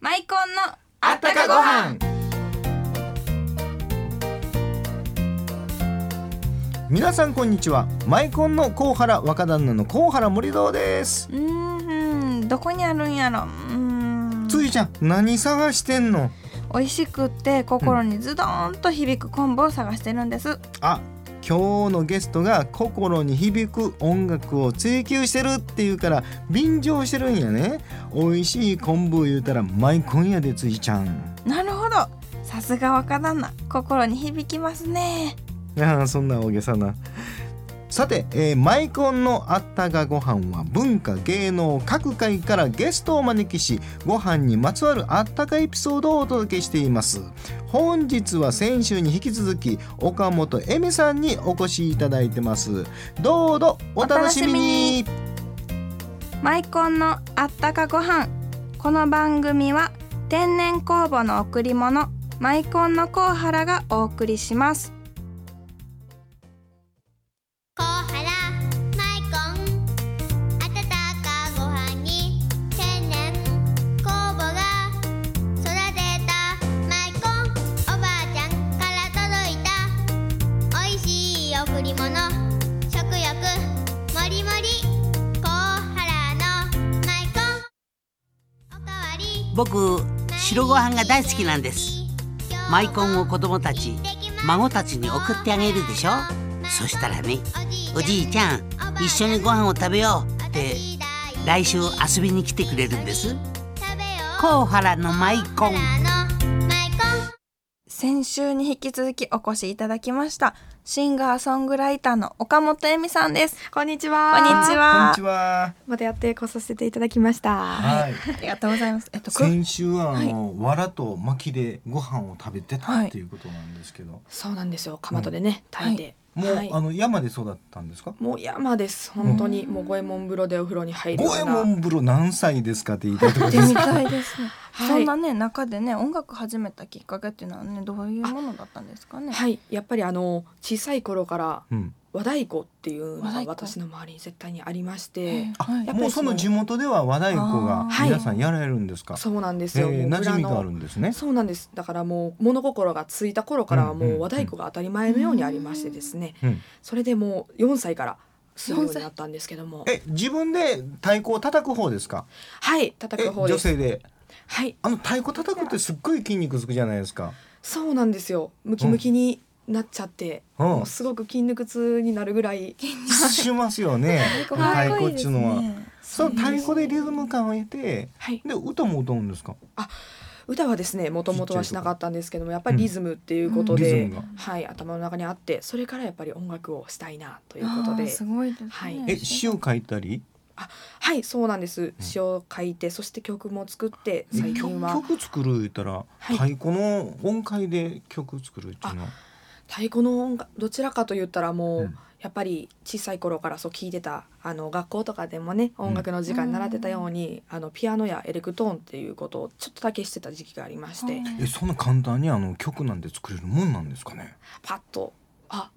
マイコンのあったかご飯皆さんこんにちはマイコンの高原若旦那の高原森堂ですうーんどこにあるんやろうーんつーちゃん何探してんの美味しくって心にズドーンと響く昆布を探してるんです、あ今日のゲストが心に響く音楽を追求してるっていうから便乗してるんやね美味しい昆布言うたらマイコンやでつーちゃんなるほどさすが若旦那心に響きますねいやーそんな大げさなさて、えーマイコンのあったかご飯は文化芸能各界からゲストをお招きしご飯にまつわるあったかエピソードをお届けしています本日は先週に引き続き岡本恵美さんにお越しいただいてますどうぞお楽しみにマイコンのあったかご飯この番組は天然酵母の贈り物マイコンのコウハラがお送りしますコウハラマイコン温かご飯に天然酵母が育てたマイコンおばあちゃんから届いたおいしい贈り物食欲もりもりコウハラのマイコンおかわり僕白ご飯が大好きなんですマイコンを子供たち孫たちに送ってあげるでしょそしたらねおじいちゃん一緒にご飯を食べようって来週遊びに来てくれるんです甲原のマイコン先週に引き続きお越しいただきましたシンガーソングライターの岡本恵美さんですこんにちこは。んにちははまたやってこさせていただきました。はいありがとうございますえっとく先週はあの、わらと巻きでご飯を食べてたっていうことなんですけど、そうなんですよ。蒲田でね、炊いて。もう、はいあの山で育ったんですかもう山です。本当に、もう五右衛門風呂でお風呂に入るよ五う右衛な。門風呂何歳ですかって言いたいところてですみたいですね、はいそんなね中でね音楽始めたきっかけっていうのはねどういうものだったんですかねはい、やっぱりあの小さい頃からうん、和太鼓っていうの和太が鼓私の周りに絶対にありましえてー、あ、はいやっぱりもうその地元では和太鼓があー皆さんやられるんですか、そうなんですえよ。ー、もう馴染村みがあのるんですねそうなんです。だからもう物心がついた頃からはうんうんもうんう和太鼓が当たり前のようにありましてですね。うんそれでもう四歳からするよう四に歳なったんですけども、え自分で太鼓を叩く方ですかはい、叩く方えで女す。性ではい、あの太鼓叩くってすっごい筋肉つくじゃないですかそうなんですよムキムキになっちゃって、うんもうすごく筋肉痛になるぐらいしますよねか太っこ鼓いっいてでいすうのはねその太鼓でリズム感を得てはい、で歌も歌うんですか歌はですねもともとはしなかったんですけどもやっぱりリズムっていうこうとんリズで、ムがはい、頭の中にあってそれからやっぱり音楽をしたいなということあーですごいですね、はいえ詩を書いたりはいそうなんです詩を書いてそして曲も作ってえ最曲近は曲作る言ったら、はい太鼓の音階で曲作るっていうのは太鼓の音楽どちらかと言ったらもう、うんやっぱり小さい頃からそう聞いてたあの学校とかでもね音楽の時間に習ってたように、あのピアノやエレクトーンっていうことをちょっとだけしてた時期がありまして、えそんな簡単にあの曲なんて作れるもんなんですかね。パッとあ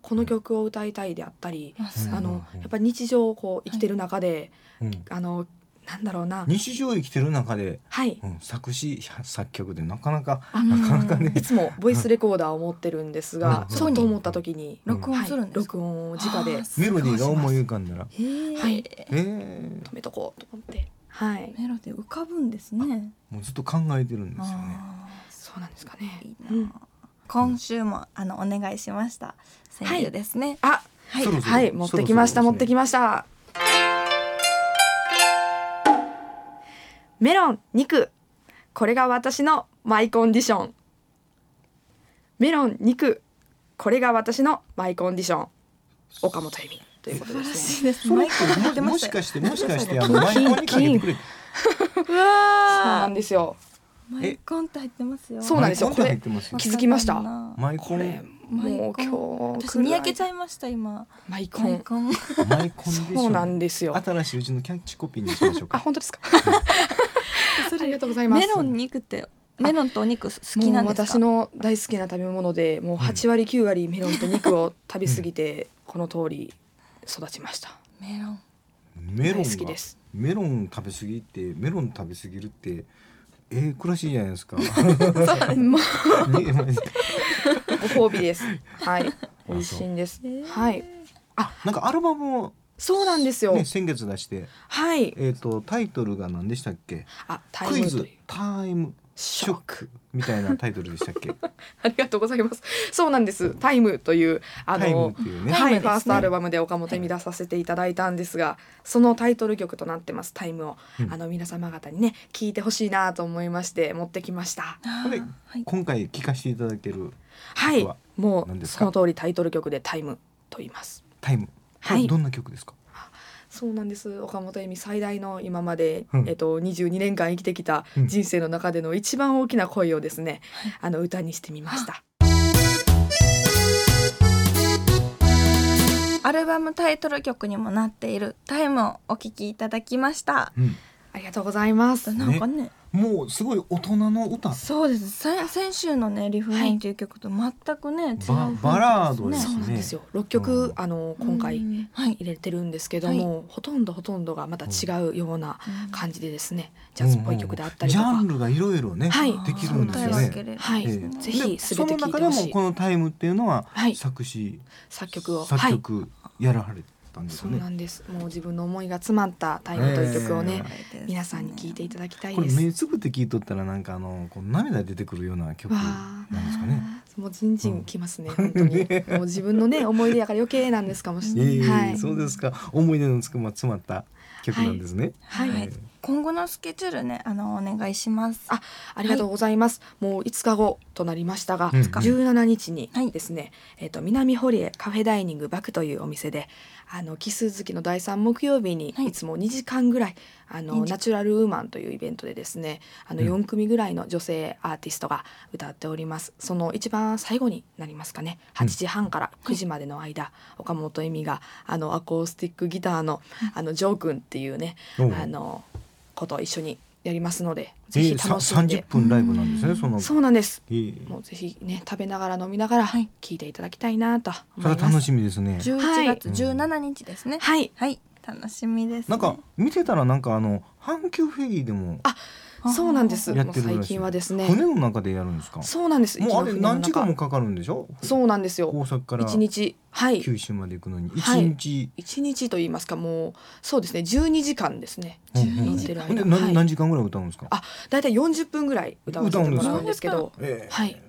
この曲を歌いたいであったり、あすごいあのうんやっぱり日常をこう生きてる中で、うんあのなんだろうな日常生きてる中で、はいうん、作詞作曲でなかなかあなかなかねいつもボイスレコーダーを持ってるんですが、うんちょっと思った時に、うん録音するんですか、録音を直であ止メロディーが思い浮かんだら、えーはいえめとこうと思ってはいメロディー浮かぶんですねー、もうずっと考えてるんですよね。あそうなんですかねーいいなうん今週もあのお願いしました先週ですね、あはいそろそろはい持ってきましたそろそろですね持ってきましたメロン肉これが私のマイコンディションメロン肉これが私のマイコンディション岡本恵美ということ素晴らですねしいですそれねってももしかしてもしかしてあのマイ金コンにかけてくれうそうなわんですよマイコンって入ってますよそうなんですよマイコンって入ってますよ気づきましたマイコこれンもう今日私見上げちゃゃいました今マイコマインコンマイコンでしそうなんょ。ですよ新しいうちのキャッチコピーにしましょうあか。本当ですかそれありがとうございますメロン肉ってメロンとお肉好きなんですかもう私の大好きな食べ物でもう8割9割メロンと肉を食べ過ぎてこの通り育ちましたメロンメロン大好きがですメロン食べ過ぎってメロン食べ過ぎるってえー、詳しいじゃないですか。 もうご褒美です。はい。美味しいんです。はい。なんかアルバムを、そうなんですよね、。先月出して、はい。えっ、とタイトルが何でしたっけ？あ、タクイイムとズいう。タイムシショョッッククみたいなタイトルでしたっけ？ありがとうございます。そうなんです。タイムという あタイムっのて。いうね。はい、タイムですねファーストアルバムで岡本に出させていただいたんですが、そのタイトル曲となってます「タイムを、うんあの皆様方にね聞いてほしいなと思いまして持ってきましたこれ今回聞かせていただけるはい曲はも何でうすそかの通りタイトル曲で「タイムと言いますタイム。こはれいどんな曲ですか？そうなんです岡本恵美最大の今まで、うんえっと、22年間生きてきたうん人生の中での一番大きな恋をですね、あの歌にしてみました。アルバムタイトル曲にもなっているタイムをお聞きいただきました。うん。ありがとうございます。なんかね、もうすごい大人の歌。そうです。さ先週のねリフレインという曲と全くね、違う雰囲気バですねバラードですそうなんですよ。六曲、うんあの今回う入んはい。れてるんですけども、ほとんどほとんどがまた違うような感じでですね、ジャズっぽい曲であったりとうんかうんジャン、ルがいろいろね、はいできるんですよ答えはけね。れるはい、ええぜひですべて聞いてほその中でしもいこのタイムっていうのは、はい作詞作曲を、作はい、曲やられたんですそようね。なんです。もう自分の思いが詰まったタイムという曲をね、ええ皆さんに聞いていただきたいこれです。目つぶって聞いとったらなんかあのこう涙出てくるような曲なんですかね。もうじんじんきますね、本当に。もう自分のね、思い出やから余計なんですかもしれええない。はい。そうですか思い出のつくま詰まった曲なんですね。はいええ今後のスケジュールねあのお願いします。あ、ありがとうございます。もう5日後となりましたが、うん17日にはいですね、えっ、と南堀江カフェダイニングバクというお店で、あの奇数月の第3木曜日にはいいつも2時間ぐらい、あいいのじナチュラルウーマンというイベントでですね、あのうん4組ぐらいの女性アーティストが歌っております。その一番最後になりますかね、8時半から9時までの間、岡本恵美があのアコースティックギターのあのジョー君っていうね、おうあのことを一緒にやりますので、ぜえひえさ楽しんで。 30分ライブなんですねその。そうなんです。ええもうぜひね食べながら飲みながらはい聞いていただきたいなとそ思れいはま楽す。しみですね。 11月17日ですね。はい、はい、楽しみです、ね。なんか見てたらなんかあの阪急フェリーでもあそうなんです。やもっうてるらしい最近はです船のね。中でやるんですか。そうなんです。もうあ一れ日の船何の時間中もかかるんでしょ。そうなんですよ。大阪から一日はい九州まで行くのに一はい日。一日と言いますかもうそうですね12時間ですね。うん行ってるうんで間なはい何時間ぐらい歌うんですか。あだいたい40分ぐらい歌わせてもらうんですけ歌うんど。ええはい。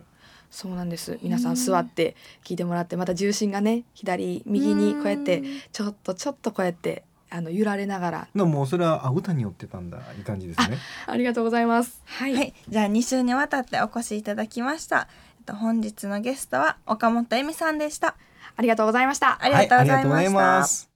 そうなんです。皆さん座って聞いてもらって、また重心がね、左右にこうやってちょっとちょっとこうやってあの揺られながら。でももうそれはあ歌によってたんだいい感じですね。ありがとうございます。はいはい、じゃあ2週にわたってお越しいただきました。えっと本日のゲストは岡本恵美さんでした。ありがとうございました。ありがとうございはまありがしとうございたま。す。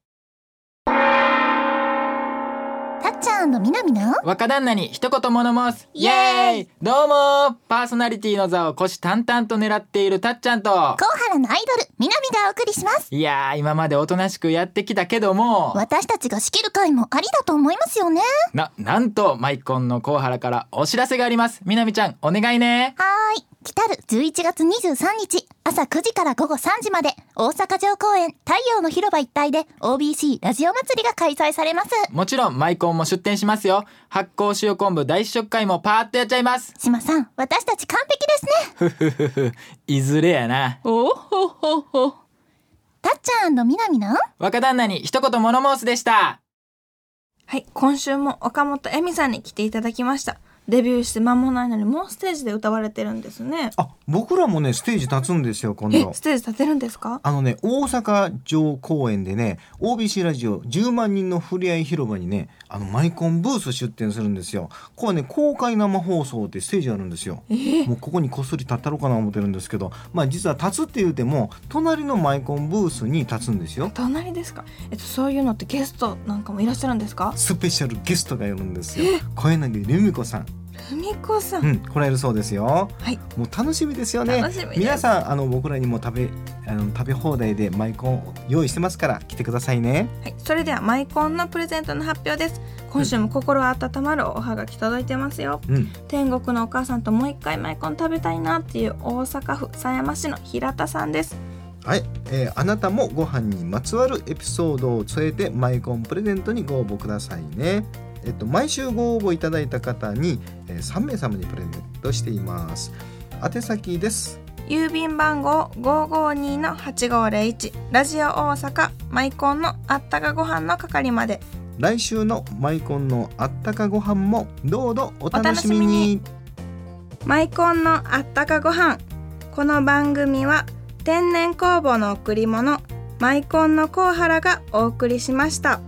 たっちゃん南の若旦那に一言物申すイエーイどうもパーソナリティの座を虎視眈々と狙っているたっちゃんとコウハラのアイドル南がお送りしますいやー今までおとなしくやってきたけども私たちが仕切る回もありだと思いますよねななんとマイコンのコウハラからお知らせがありますみなみちゃんお願いねはーい来たる11月23日朝9時から午後3時まで大阪城公園太陽の広場一帯で OBC ラジオ祭りが開催されますもちろんマイコンも出店しますよ発酵塩昆布大試食会もパーッとやっちゃいます島さん私たち完璧ですねふふふふいずれやなたっちゃん南の若旦那に一言物申すでしたはい、今週も岡本恵美さんに来ていただきました。デビューして間もないのにもうステージで歌われてるんですね。あ僕らもねステージ立つんですよ今え度、ス。テージ立てるんですか？あのね大阪城公園でね OBC ラジオ10万人のふりあい広場にねあのマイコンブース出展するんですよ。これね公開生放送ってステージあるんですよ。もうここにこっそり立ったろうかな思ってるんですけどまあ実は立つって言うても隣のマイコンブースに立つんですよ。隣ですか？えっとそういうのってゲストなんかもいらっしゃるんですか？スペシャルゲストがいるんですよ。小柳ルミ子さん。ふみこさ。うんん、来られるそうですよ。はいもう楽しみですよね。楽しみです皆さん、あの僕らにも食べ、あの食べ放題でマイコン用意してますから、来てくださいね。はい、それではマイコンのプレゼントの発表です。今週も心温まるおはがき届いてますよ。うん、天国のお母さんともう一回マイコン食べたいなっていう大阪府狭山市の平田さんですはい、えーあなたもご飯にまつわるエピソードを添えて、マイコンプレゼントにご応募くださいね。えっと、毎週ご応募いただいた方に、えー、3名様にプレゼントしています宛先です郵便番号552-8501ラジオ大阪マイコンのあったかご飯の係まで来週のマイコンのあったかご飯もどうぞお楽しみにマイコンのあったかご飯この番組は天然酵母の贈り物マイコンのコウハラがお送りしました。